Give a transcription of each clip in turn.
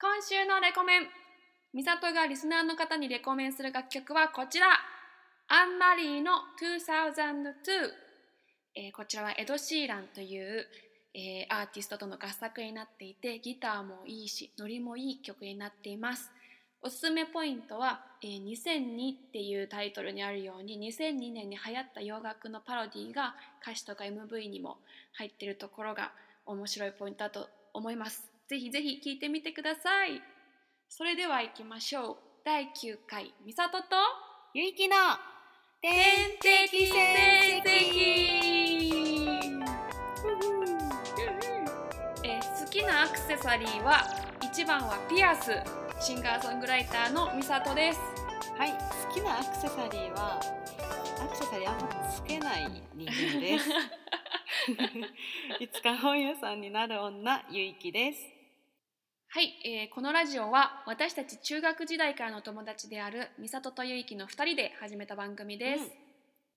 今週のレコメン美里がリスナーの方にレコメンする楽曲はこちらアン・マリーの2002、えーこちらはエド・シーランという、えーアーティストとの合作になっていてギターもいいしノリもいい曲になっていますおすすめポイントは、えー2002っていうタイトルにあるように2002年に流行った洋楽のパロディが歌詞とか MV にも入ってるところが面白いポイントだと思いますぜひぜひ聴いてみてくださいそれでは行きましょう第9回美里とゆいきの天天敵戦績えー好きなアクセサリーは1番はピアスシンガーソングライターの美里ですはい、好きなアクセサリーはアクセサリーあんまつけない人間 です。いつか本屋さんになる女ゆいきです。はい、えーこのラジオは私たち中学時代からの友達である美里と結城の2人で始めた番組です、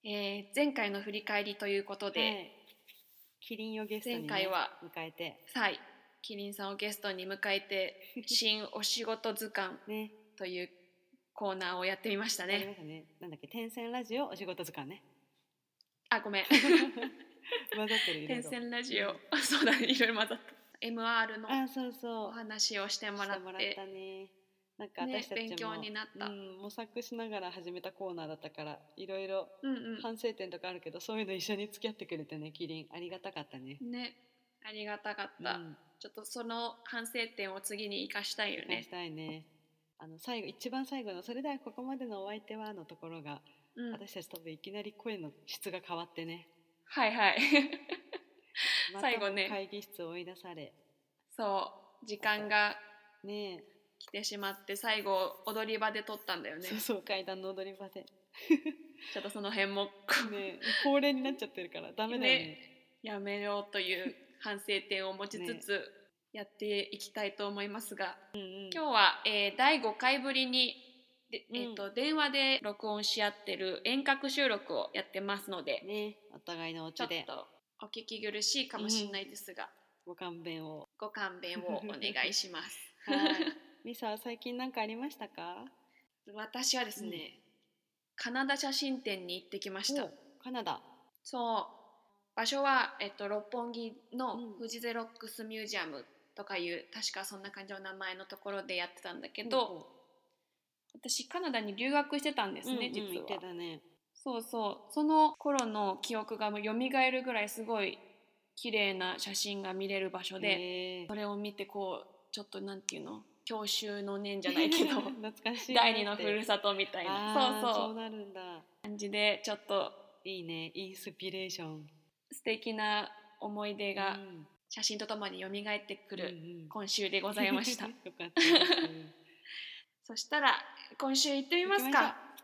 えー前回の振り返りということで、で、キリンをゲストに、ね、前回は迎えてはいキリンさんをゲストに迎えて「新お仕事図鑑ね、」というコーナーをやってみましたやりまねしたね。なんだっけ、天線ラジオお仕事図鑑 ね。あごめん混ざってる色天々線ラジオあそうだねいろいろ混ざった MR のあ、そうおそう。話をしてもらっしてもらってたね。なんかね私たちも、勉強になったうん、模索しながら始めたコーナーだったから、いろいろうんうん反省点とかあるけどそういうの一緒に付き合ってくれてねキリンありがたかったね。ねありがたかっうた、ん、ちょっとその反省点を次に生かしたいよ返ねしたいね。あの最後一番最後の「それではここまでのお相手は」のところが、うん、はい私たち多分いきなり声の質が変わってねはい また最後ね会議室を追い出されそう時間がね来てしまって最後踊り場で撮ったんだよえねそうそう階段の踊り場で、ちょっとその辺もこうねえ、恒例になっちゃってるからダメだよねやめようという反省点を持ちつつやっていきたいと思いますが、うんうん、今日は、えー第5回ぶりにで、うんえー、と電話で録音し合ってる遠隔収録をやってますので、ねえお互いのおちょ家っでとお聞き苦しいかもしれないですが、ご勘弁 を。ご勘弁をお願いします。はい、ミサは最近なんかありましたか私はですね、カナダ写真展に行ってきましたおカナダ。そう場所は、えっと、六本木のうんフジゼロックスミュージアムとかいう、確かそんな感じの名前のところでやってたんだけど、うんうん私カナダに留学してたんですね、うんうん実言ってはたね。そうそうその頃の記憶がもう蘇るぐらいすごい綺麗な写真が見れる場所で、へえそれを見てこうちょっとなんていうの郷愁の念じゃない けど懐かしいなって。第二のふるさとみたいあなーそうそそううなるんだ。感じでちょっといいね、インスピレーション素敵な思い出がうん写真とともに蘇ってくうるんうん今週でございました よかったです。そしたら今週行ってみます行きましょか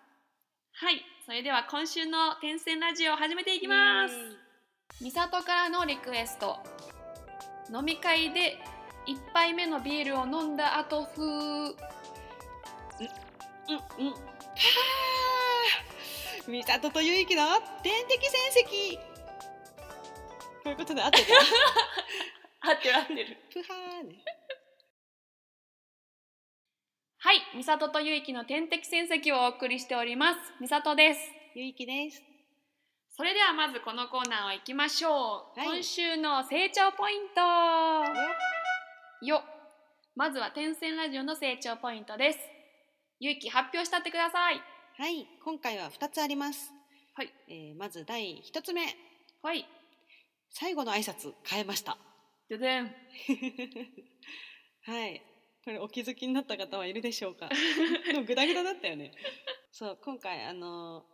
はいそれでは今週の「天線ラジオ」始めていきますイエーイ美里からのリクエスト飲み会で1杯目のビールを飲んだ後 風うんうん。はあ。ミサトとユイキの天敵戦績。こういうことで合 ってた。合ってる合ってるプハーね。はい美里と結城の天敵戦績をお送りしております美里ですユイキです。それではまずこのコーナーを行きましょう、はい今週の成長ポイントよまずは天線ラジオの成長ポイントですゆいき発表したってくださいはい、今回は二つあります。はい。えー、まず第一つ目、はい最後の挨拶変えました。ででん はい。これお気づきになった方はいるでしょうか。 でもグダグダだったよね。そう今回あの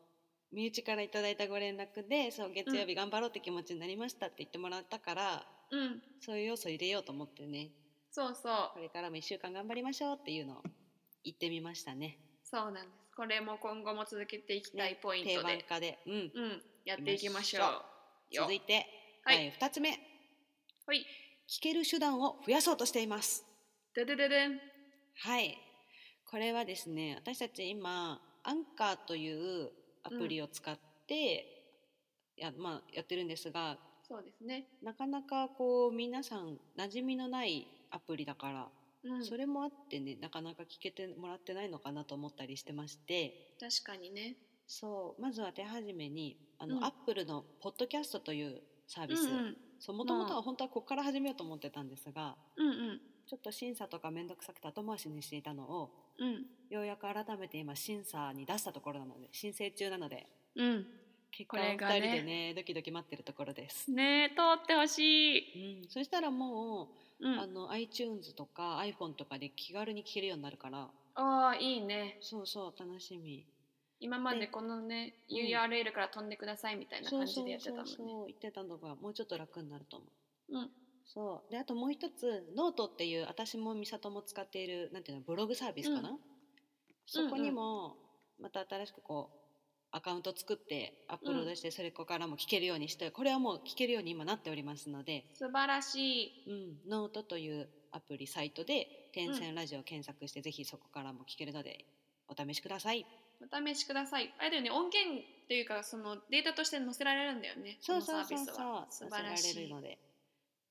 身内からいただいたご連絡で、そう月曜日頑張ろうって気持ちになりましたって言ってもらったから、うんそういう要素入れようと思ってね。そうそうこれからも一週間頑張りましょうっていうのを言ってみましたね。そうなんですこれも今後も続けていきたいポイン定トで、番化で、うん。うんやっていきましょうよ続いて、はい第二つ目、はい聞ける手段を増やそうとしています。ででででんはい。これはですね、私たち今、アンカーというアプリを使って、やまあ、やってるんですが、そうですねなかなかこう皆さん馴染みのないアプリだから、うん、それもあってねなかなか聞けてもらってないのかなと思ったりしてまして確かにね。そうまずは手始めにあの、うんアップルのポッドキャストというサーうビんス、うんそうもともとまはあ本当はここから始めようと思ってたんですが、うんうんちょっと審査とか面倒くさくて後回しにしていたのをうんようやく改めて今審査に出したところなので申請中なのでうん。結こ果を2れがね人でねドキドキ待ってるところです、ねえ通ってほしい。うん、そしたらもうう、ん。あの iTunes とか iPhone とかで気軽に聴けるようになるからああいいね。そうそう楽しみ今までこのねうん URL から飛んでくださいみたいなそう感じそうでやってそたもうんね。そう言ってたのがもうちょっと楽になると思ううんそうであともう一つノートっていう私も美里も使っているなんていうのブログサービスかな、うそこにもまた新しくこうアカウント作ってアップロードしてそれこからも聞けるようにして、これはもう聞けるように今なっておりますので、素晴らしい。うん、ノートというアプリサイトで「天線ラジオ」を検索して、ぜひそこからも聞けるのでお試しくださいお試しください。あれだよね音源というかそのデータとして載せられるんだよね。そうそうこそうのそうサービスは素晴らし載せれい。るぜので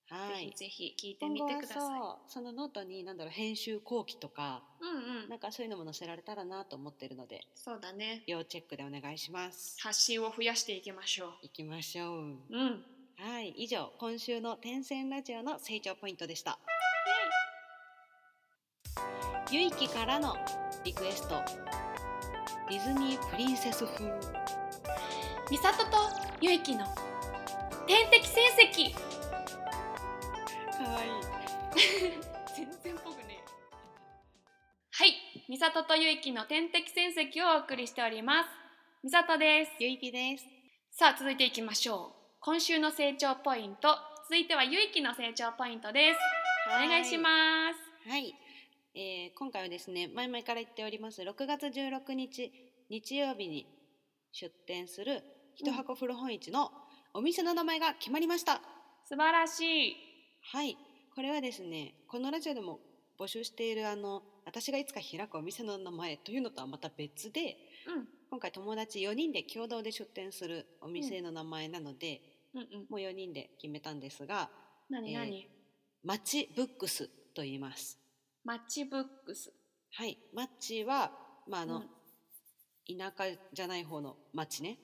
はいひぜひ聞いて今み後てはください。そうそのノートになんだろう編集後期とかうんう。なんんかそういうのも載せられたらなと思ってるのでそうだね。要チェックでお願いします。発信を増やしていきましょ行きましょう。う。うん。はい、以上今週の天線ラジオの成長ポイントでした。ゆいきからのリクエスト。ディズニープリンセス風。ミサトとユイキの天敵成績。可愛い全然ぽくねはい美里とゆいきの天敵戦績をお送りしております美里ですゆいきです。さあ続いていきましょう今週の成長ポイント続いてはゆいきの成長ポイントですおは願いしますす。はい、えー今回はですね、前々から言っております。6月16日日曜日に出店する一箱古本市のお店の名前が決まりました。素晴らしいはい、これはですね、このラジオでも募集しているあの私がいつか開くお店の名前というのとはまた別で、今回友達4人で共同で出店するお店の名前なので、うんうんうんもう4人で決めたんですが、何えー何、マッチブックスと言います。マッチブックスはい、マッチはまああの、うん田舎じゃない方のマッチね。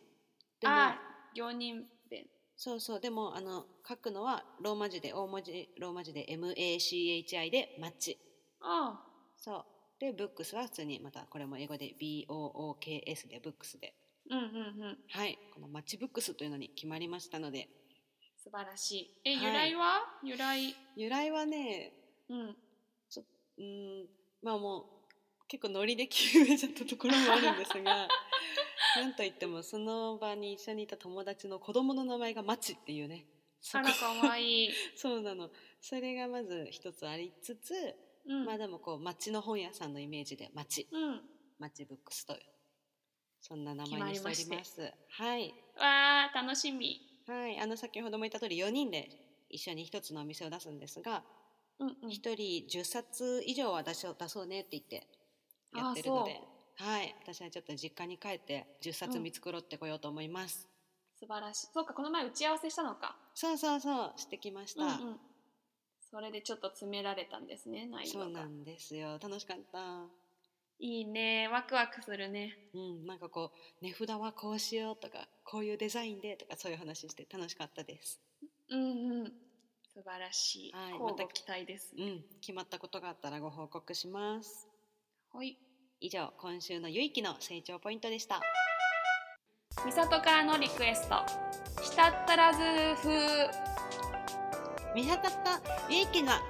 でもあー両人弁そうそうでもあの書くのはローマ字で大文字ローマ字で MACHI でマッチ。あそう。で、ブックスは普通にまたこれも英語で BOOKS でブックスで。ーうんうんうんはい。このマッチブックスというのに決まりましたので。素晴らしいえ、はい由来は由来由来はね、うんうーん、まあもう結構ノリで決めちゃったところもあるん ですが、なんといってもその場に一緒にいた友達の子供の名前がマチっていうね。そあこらかわい い、そうなの。それがまず一つありつつ、うん、まあでもこう街の本屋さんのイメージで街、うん街ブックスという。そんな名前にしてお決りまりま。ますはい。わあ楽しみ。はい、あの先ほども言った通り4人で一緒に一つのお店を出すんですが、うんう一1人10冊以上は出し出そうねって言ってやってるのではい、私はちょっと実家に帰って10冊うん見繕ってこようと思います、素晴らしい。そうかこの前打ち合わせしたのか。そうそうそうしてきました、うんうんそれでちょっと詰められたんですね内そう容なが。んですよ楽しかったいいねワクワクするね。うんなんかこう値札はこうしようとかこういうデザインでとかそういう話して楽しかったですうんうん素晴らしい。はい乞うまたご期待です。うん決まったことがあったらご報告しますはい。以上今週のゆいきの成長ポイントでした美里からのリクエスト。したったらず風。見当たった利益な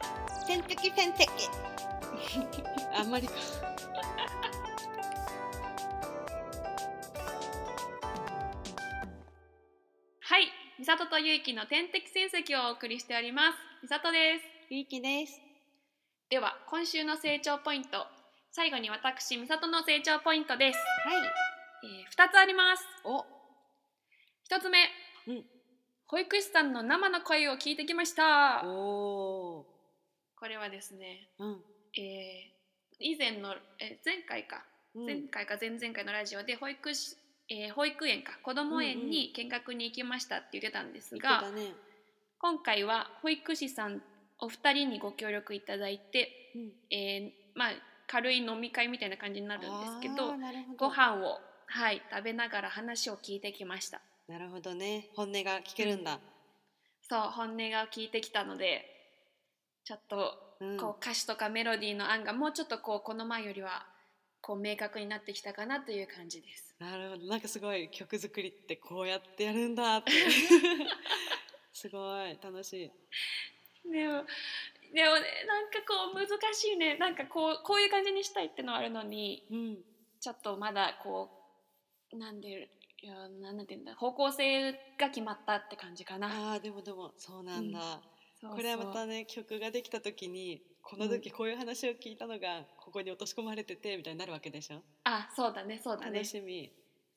天敵天敵 あんまりかはい。美里とゆいきの天敵戦績をお送りしております。美里です。利益ですでは今週の成長ポイント。最後に私美里の成長ポイントです。はいえー、2つあります。お一つ目、うん保育士さんの生の声を聞いてきましたおこれはですね、ーうんえー以前のえー前回か、うん前回か前々回のラジオで保育士、えー保育園か子ども園に見学に行きましたって言ってたんです言ってが、たね今回は保育士さんお二人にご協力いただいてうんえーまあ、軽い飲み会みたいな感じになるんですけどあーなるごほど飯を、はい、食べながら話を聞いてきましたなるほどね本音が聞けるんだ、そう本音が聞いてきたのでちょっとうんこう歌詞とかメロディーの案がもうちょっとこうこの前よりはこう明確になってきたかなという感じです。なるほどなんかすごい曲作りってこうやってやるんだって すごい楽しいでもでもねなんかこう難しいねなんかこうこういう感じにしたいってのはあるのにうんちょっとまだこうなんでいやなんていうんだ方向性が決まったって感じかな。あーでもでもそうなんだ、そうそうこれはまたね曲ができた時にこの時こういう話を聞いたのがここに落とし込まれててみたいになるわけでしょあそうだねそうだね楽。しみ、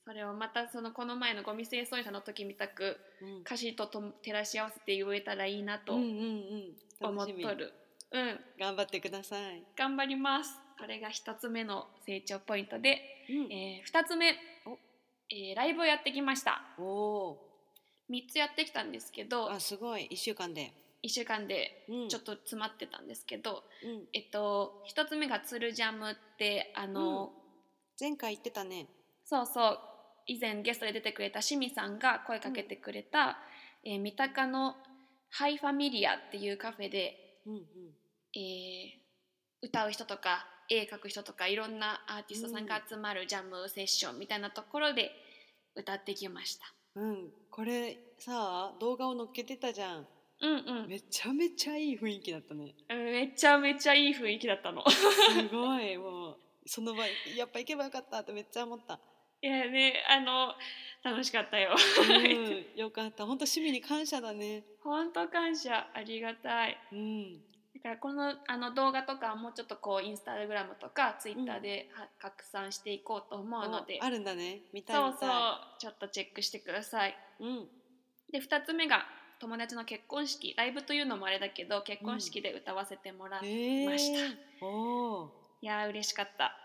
それをまたそのこの前のゴミ清掃員さんの時みたくうん歌詞とと照らし合わせて言えたらいいなとうんう思っんうん楽しみとる。うん、頑張ってください、頑張ります。これが一つ目の成長ポイントで、うん、えー、二つ目、えー、ライブをやってきました。おお三つやってきたんですけどー、あすごい一週間で、一週間でうん、ちょっと詰まってたんですけど、うん、えっと一つ目がツルジャムってあの、うん前回言ってたねそうそう以前ゲストで出てくれたしみさんが声かけてくれた、えー三鷹のハイファミリアっていうカフェでうんうんえー歌う人とか絵描く人とかいろんなアーティストさんが集まるジャムセッションみたいなところで歌ってきました。うん、これさ動画を載っけてたじゃんうんうん、めちゃめちゃいい雰囲気だったねめちゃめちゃいい雰囲気だったの。すごいもうその場やっぱ行けばよかったってめっちゃ思った、いやねあの楽しかったよ。うん、よかった本当趣味に感謝だね本当感謝ありがたい。うんだからこのあの動画とかはもうちょっとこうインスタグラムとかツイッターでは、拡散していこうと思うのでおあるんだね見たいそう見そうたいちょっとチェックしてください。うんで2つ目が友達の結婚式ライブというのもあれだけど結婚式で歌わせてもらう、いえましたー、おーやー嬉しかった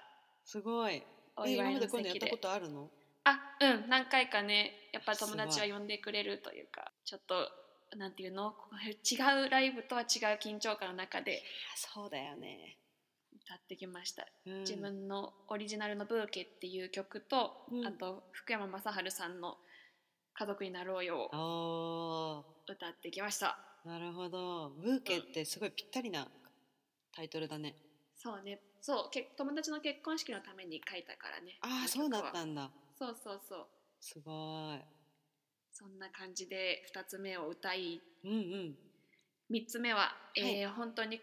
すごいおえ祝今いまでのこういうのや席ったでことあるのあうん何回かねやっぱ友す達ごはい呼んでくれるというかちょっとなんていうのこう違うライブとは違う緊張感の中であそうだよね、歌ってきました、うん自分のオリジナルの「ブーケ」っていう曲と、うんあと福山雅治さんの「家族になろうよ」をお歌ってきましたーなるほどブーケってすごいぴったりなタイトルだねそうねそうけ友達の結婚式のために書いたからねこのああ曲そうはだったんだそうそうそうすごいそんな感じで2つ目を歌いうんうん3つ目は、えー本当に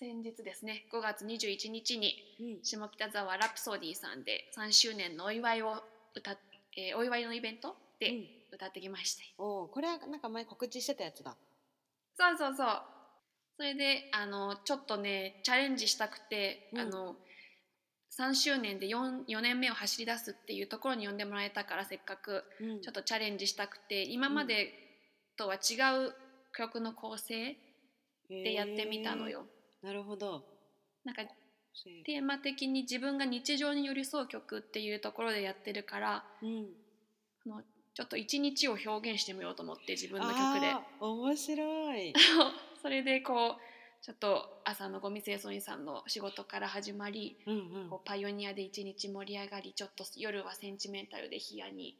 先日ですね5月21日にうん下北沢ラプソディさんで3周年のお祝いを歌っ、えーお祝いのイベントうでん歌ってきました、おーこれはなんか前告知してたやつだそうそうそうそれであのちょっとねチャレンジしたくて、うんあの3周年で 4, 4年目を走り出すっていうところに呼んでもらえたからせっかくうんちょっとチャレンジしたくて今までとは違う曲の構成でやってみたのよ。へーなるほどなんかテーマ的に自分が日常に寄り添う曲っていうところでやってるからうんそのちょっと一日を表現してみようと思って自分の曲であー面白い それでこうちょっと朝のゴミ清掃員さんの仕事から始まりうんうんこうパイオニアで一日盛り上がりちょっと夜はセンチメンタルでヒアに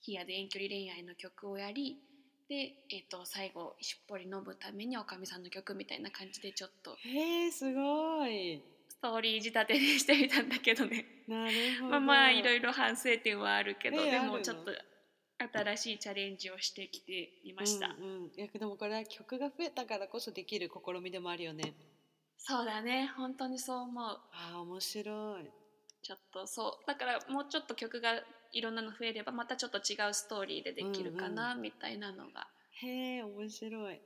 ヒアで遠距離恋愛の曲をやりで、えー、と最後しっぽり飲むためにおかみさんの曲みたいな感じでちょっとへえすごいストーリー仕立てにしてみたんだけどねなるほどまあまあいろいいろ反省点はあるけど、ええであるものちょっと新しいチャレンジをしてきてみました、うんうん、いやでもこれは曲が増えたからこそできる試みでもあるよねそうだね本当にそう思うああ面白いちょっとそうだからもうちょっと曲がいろんなの増えればまたちょっと違うストーリーでできるかな、みたいなのがへえ面白い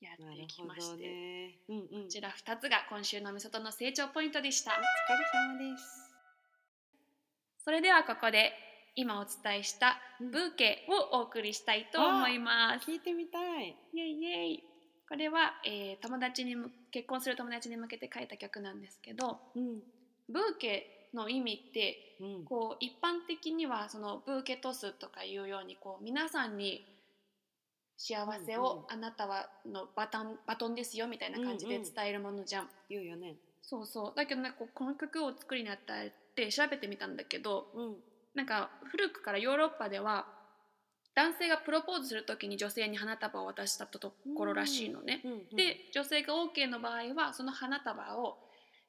やなってるきほましどて、ねうんうこんお疲れ様でちら2つが今週のみそとの成長ポイントでしたすそれではここで今お伝えしたうんブーケをお送りしたいと思います聞いてみたいイエイイエイこれは、えー友達にむ結婚する友達に向けて書いた曲なんですけどうんブーケの意味ってうんこう一般的にはそのブーケトスとかいうようにこう皆さんに幸せうんをうあなたはのバトンバトンですよみたいな感じでうんう伝んえるものじゃん。言うよねそうそうだけどなんかこうこの曲を作りにあたって調べてみたんだけどうんなんか古くからヨーロッパでは男性がプロポーズする時に女性に花束を渡したところらしいのね。うんうん、で女性が OK の場合はその花束を、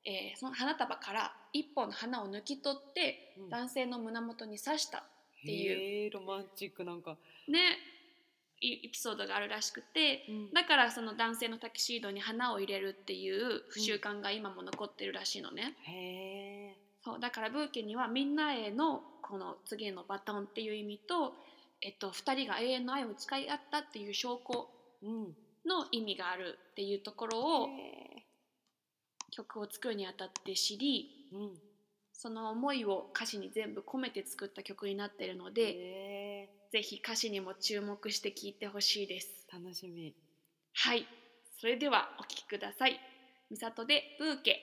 えーその花束から一本の花を抜き取ってうん男性の胸元に刺したへいえロマンチックなんか、ねいエピソードがあるらしくてうんだからその男性のタキシードに花を入れるっていう習慣が今も残ってるらしいのね。へえそうだからブーケにはみんなへのこの次へのバトンっていう意味と、えっと、2人が永遠の愛を誓い合ったっていう証拠うんの意味があるっていうところをへ曲を作るにあたって知りーうんその思いを歌詞に全部込めて作った曲になってるので、へぜひ歌詞にも注目して聴いてほしいですー楽しみはいそれではお聴きください「ミサトでブーケ」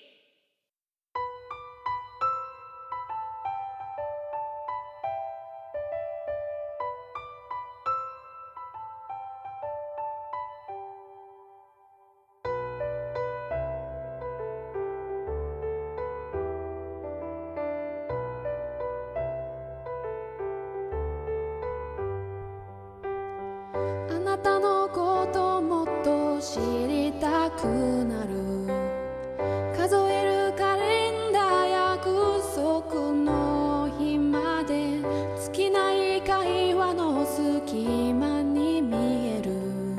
あなたのこともっと知りたくなる数えるカレンダー約束の日まで尽きない会話の隙間に見える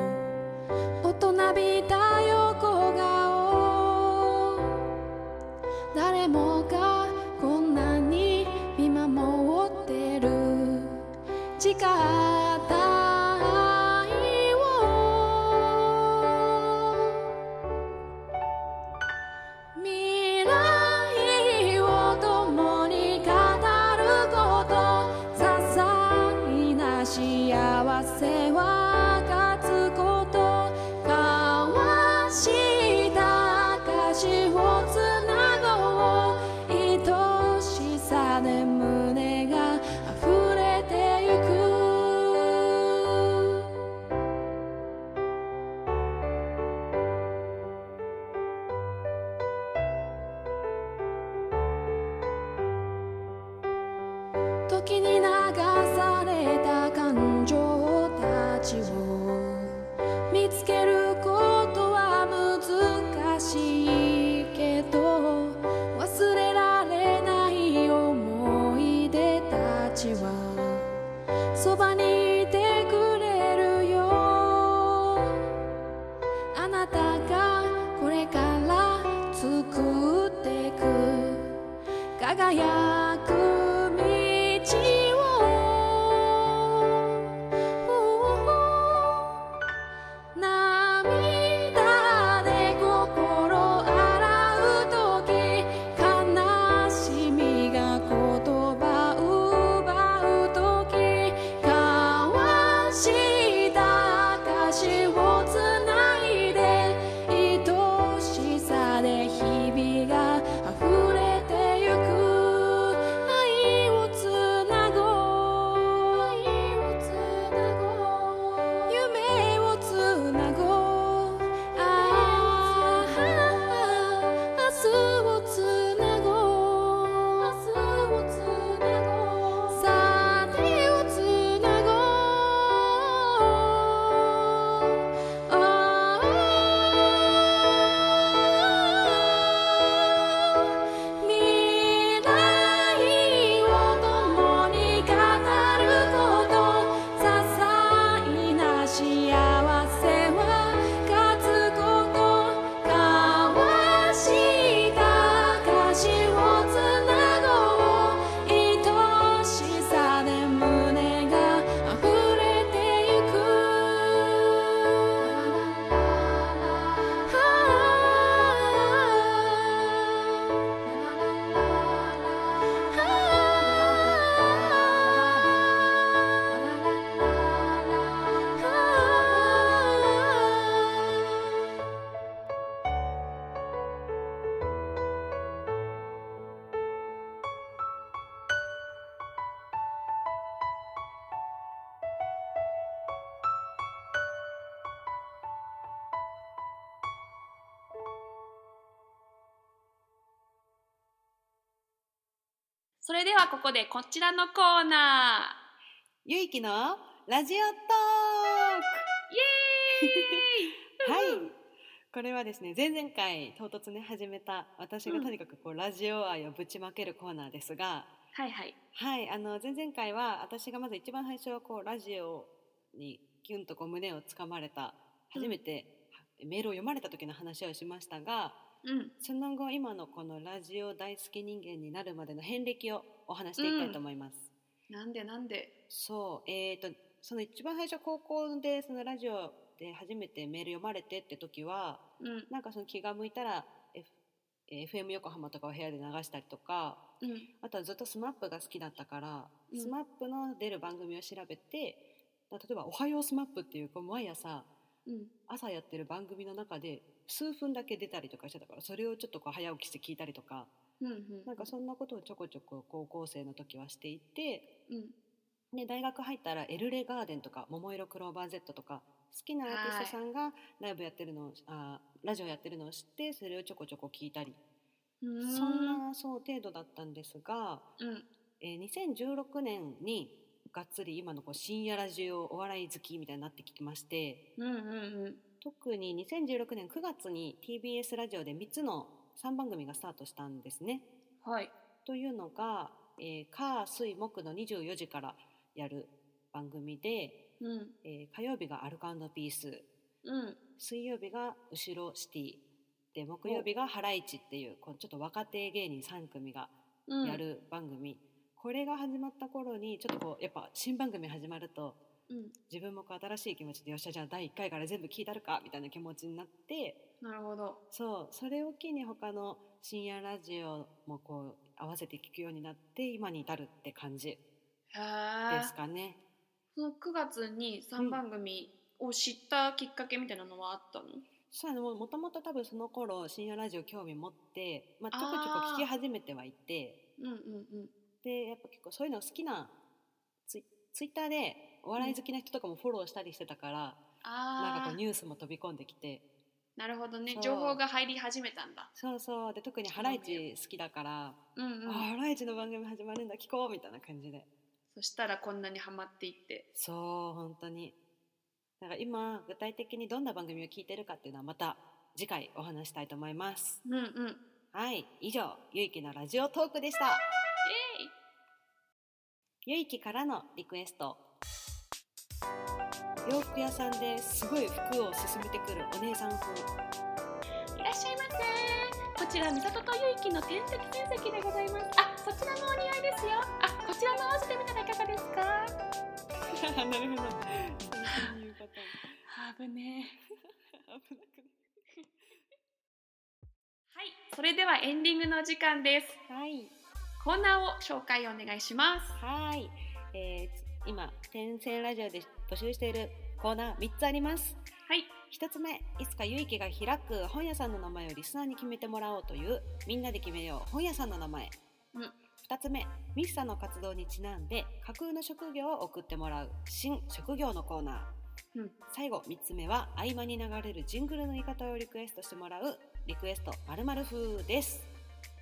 大人びた横顔誰もがこんなに見守ってる誓った愛を未来を共に語ること些細な幸せは勝つこと交わした証をつなごう愛しさで胸が溢れてゆく時に流された感情たちを見つけることは難しいけど忘れられない思い出たちはそばにいてくれるよあなたがこれから作っていく輝く道を涙で心洗う時悲しみが言葉奪う時交わした証をつないで愛しさで日々が溢れてゆくそれではここでこちらのコーナゆいきのラジオトーイークはエーイいこれはですね前々回唐突ね始めた私がうんとにかくこうラジオ愛をぶちまけるコーナーですが、はいはいはいあの前々回は私がまず一番最初はこうラジオにキュンとこう胸をつかまれたうん初めてメールを読まれた時の話をしましたがうんその後今のこのラジオ大好き人間になるまでの遍歴をお話していきたいと思います。なんでなんでそう、えっ、と、その一番最初高校でそのラジオで初めてメール読まれてって時は、うんなんかその気が向いたら、F えー FM 横浜とかを部屋で流したりとか、うんあとはずっとスマップが好きだったから、うんスマップの出る番組を調べて、例えばおはようスマップっていうこう毎朝うん朝やってる番組の中で数分だけ出たりとかしてたから、それをちょっとこう早起きして聞いたりとか、うんなんかそんなことをちょこちょこ高校生の時はしていて、うんで大学入ったらエルレガーデンとか「桃色クローバー Z」とか好きなアーティストさんがライブやってるのをあーラジオやってるのを知ってそれをちょこちょこ聞いたりうんそんなそう程度だったんですが、うんえー2016年にがっつり今のこう深夜ラジオお笑い好きみたいになってきましてうんうんうん特に2016年9月に TBS ラジオで3つの3番組がスタートしたんですね。はいというのが、えー、火水木の24時からやる番組で。うんえー火曜日がアルカンドピースうん水曜日が後ろシティで木曜日がハライチっていうこうちょっと若手芸人3組がうんやる番組、これが始まった頃にちょっとこうやっぱ新番組始まるとうん自分もこう新しい気持ちでよっしゃじゃあ第1回から全部聞いたるかみたいな気持ちになってなるほどそうそれを機に他の深夜ラジオもこう合わせて聞くようになって今に至るって感じへでえすかね。その9月に3番組を知ったきっかけみたいなのはあったの、そうやねももともと多分その頃深夜ラジオ興味持って、まあ、あーちょこちょこ聞き始めてはいてうん、うんうんでやっぱ結構そういうの好きなツイツイッターでお笑い好きな人とかもフォローしたりしてたから、なんかあこうあニュースも飛び込んできてなるほどねそう情報が入り始めたんだそうそうで特にハライチ好きだから、うんうあんハライチの番組始まるんだ聞こうみたいな感じでそしたらこんなにハマっていってそう本当にだから今具体的にどんな番組を聞いてるかっていうのはまた次回お話したいと思いますうんうんはい以上ゆいきのラジオトークでしたえいゆいきからのリクエスト洋服屋さんですごい服を勧めてくるお姉さん風 いらっしゃいませこちら美里とゆいきの天石天石でございますあそちらもお似合いですよあこちらも合わせてみたらいかがですかなるほど そういうこと危ねえ危な くはいそれではエンディングのお時間ですないコーナーを紹介お願いしますはいはい、えー、今天線ラジオで募集しているコーナー3つありますはい1つ目いつかゆいきが開く本屋さんの名前をリスナーに決めてもらおうというみんなで決めよう本屋さんの名前、うん2つ目ミスさんの活動にちなんで架空の職業を送ってもらう新職業のコーナー、うん最後3つ目は合間に流れるジングルの言い方をリクエストしてもらうリクエストまるまる風です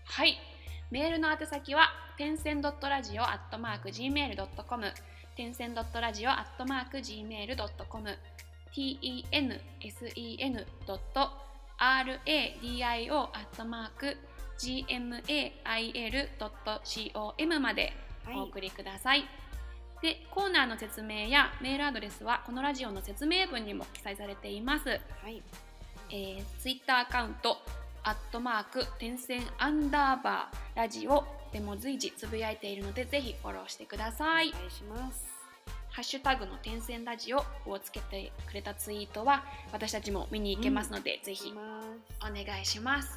はい。メールの宛先は、点線ドットラジオアットマーク gmail.com、点線ドットラジオアットマーク gmail.com、ten.sen ドット radio アットマーク gmail.com まではいお送りください。で、コーナーの説明やメールアドレスは、このラジオの説明文にも記載されています。はいえー、ツイッターアカウント、アットマーク、点線アンダーバー、ラジオでも随時つぶやいているので、ぜひフォローしてくださいお。願いしますハッシュタグの点線ラジオをつけてくれたツイートは、私たちも見に行けますので、ぜいひますお願いします。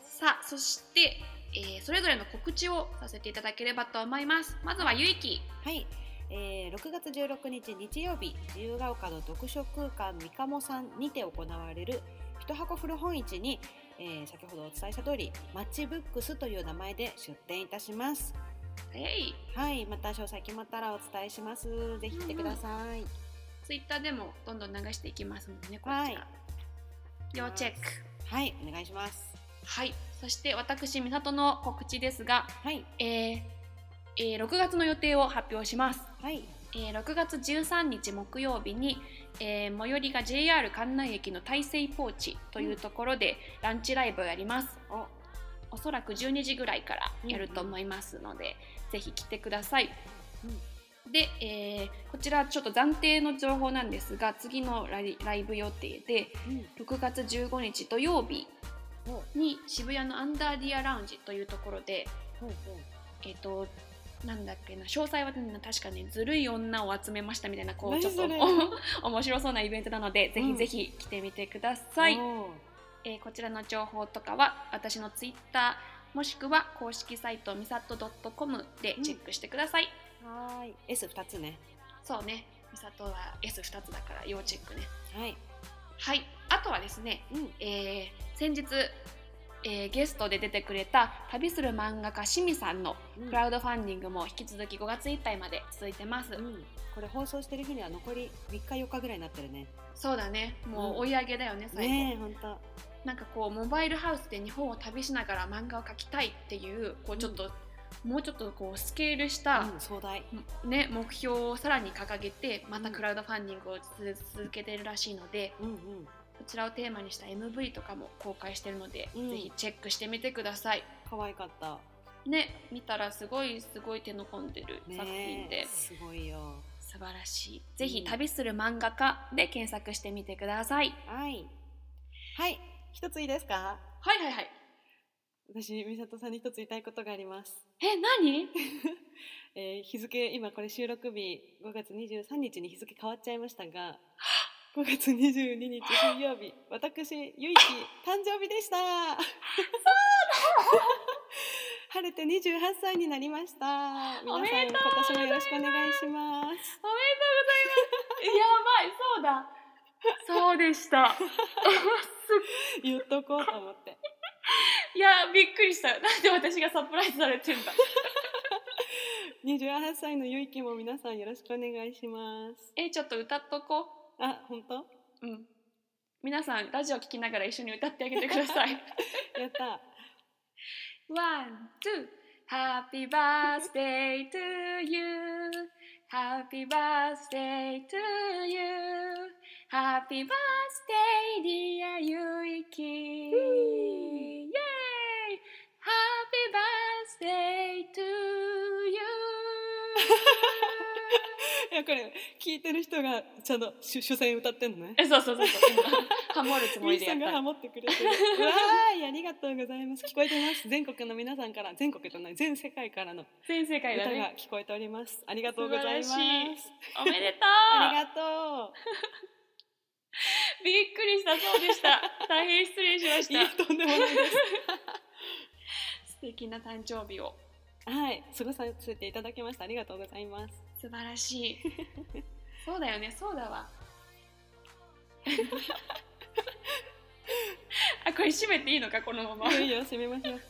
さあ、そして、えーそれぞれの告知をさせていただければと思います。まずは、ゆいき。はい、えー、6月16日日曜日自由が丘の読書空間みかもさんにて行われる一箱古本市に、えー先ほどお伝えした通りマッチブックスという名前で出店いたしますえい。はいまた詳細決まったらお伝えしますぜひ来てください、ツイッターでもどんどん流していきますのでね、こちら。はい要チェック。はいお願いしますはい、そして私美里の告知ですが、はいえーえー6月の予定を発表します、はいえー6月13日木曜日に、えー最寄りが JR 関内駅の大西ポーチというところでランチライブをやりますおおそらく12時ぐらいからやると思いますので、ぜひ来てください、で、えーこちらちょっと暫定の情報なんですが次のライライブ予定でうん6月15日土曜日ほうに渋谷のアンダーディアラウンジというところでほうほうえっ、となんだっけな詳細はね確かねずるい女を集めましたみたいなこう何ちょっと それお面白そうなイベントなのでぜうひんぜひ来てみてください、おーえーこちらの情報とかは私のツイッターもしくは公式サイトみさと .com でチェックしてください、はーい S2 つねそうねみさとは S2 つだから要チェックねはいはいあとはですね、うんえー先日、えーゲストで出てくれた旅する漫画家しみさんのうんクラウドファンディングも引き続き5月いっぱいまで続いてます、うん、これ放送してる日には残り3日4日ぐらいになってるねそうだねもううん追い上げだよね最後、ねえほんとなんかこうモバイルハウスで日本を旅しながら漫画を描きたいっていうこうちょっと、もうちょっとこうスケールした、うん、壮大ね、目標をさらに掲げてまたクラウドファンディングをつ続けてるらしいのでうんうんこちらをテーマにした MV とかも公開してるので、うんぜひチェックしてみてください可愛かったね見たらすごいすごい手の込んでるねえ作品で、すごいよ素晴らしいぜひうん旅する漫画家で検索してみてください、はいはい一ついいですかはいはいはい私美里さんに一つ言いたいことがありますえ 何えー日付今これ収録日5月23日に日付変わっちゃいました が5月22日水曜日私ゆいき誕生日でした 晴れて28歳になりました皆さんお今めでと年もよろしくお願いおします めでとうございますやばいそうだそうでした 言っとこうと思っていやびっくりしたなんで私がサプライズされてんだ28歳のゆいきも皆さんよろしくお願いします えちょっと歌っとこうあ本当うん。皆さん、ラジオ聞きながら一緒に歌ってあげてください。やったワン、ツー。Happy birthday to you.Happy birthday to you.Happy birthday, dear ゆいき。イェーイ !Happy birthday to you. いやこれ聞いてる人がちゃんと主主戦歌ってんのねえ、 そうそうそうそう。今ハモるつもみりーでさやっんがた ハ。モってくれてる。わーい、ありがとうございます。聞こえてます。全国の皆さんから、全国じゃない、全世界からの全世界歌だがね。聞こえております。ありがとうございます素。晴らしおめ でとうありがとびっくりしたそうでした大変失礼しまう。しいや、たとんでもないです。 素敵な誕生日をはい、過ごさせていただきました。ありがとうございます。素晴らし いそうだよねそうだわ あこれ閉めていいのかこのままいよいよ、締めましょう。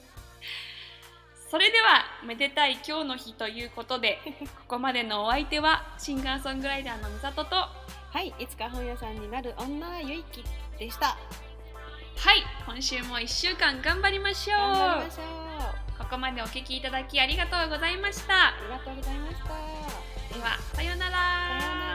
それではめでたい今日の日ということでここまでのお相手はシンガーソングライターのみさととははい、いつか本屋さんになる女ゆいきでした。い今週も1週間頑張りましょう頑張りましょう。ここまでお聞きいただきありがとうございましたありがとうございました。ではさようならさようなら。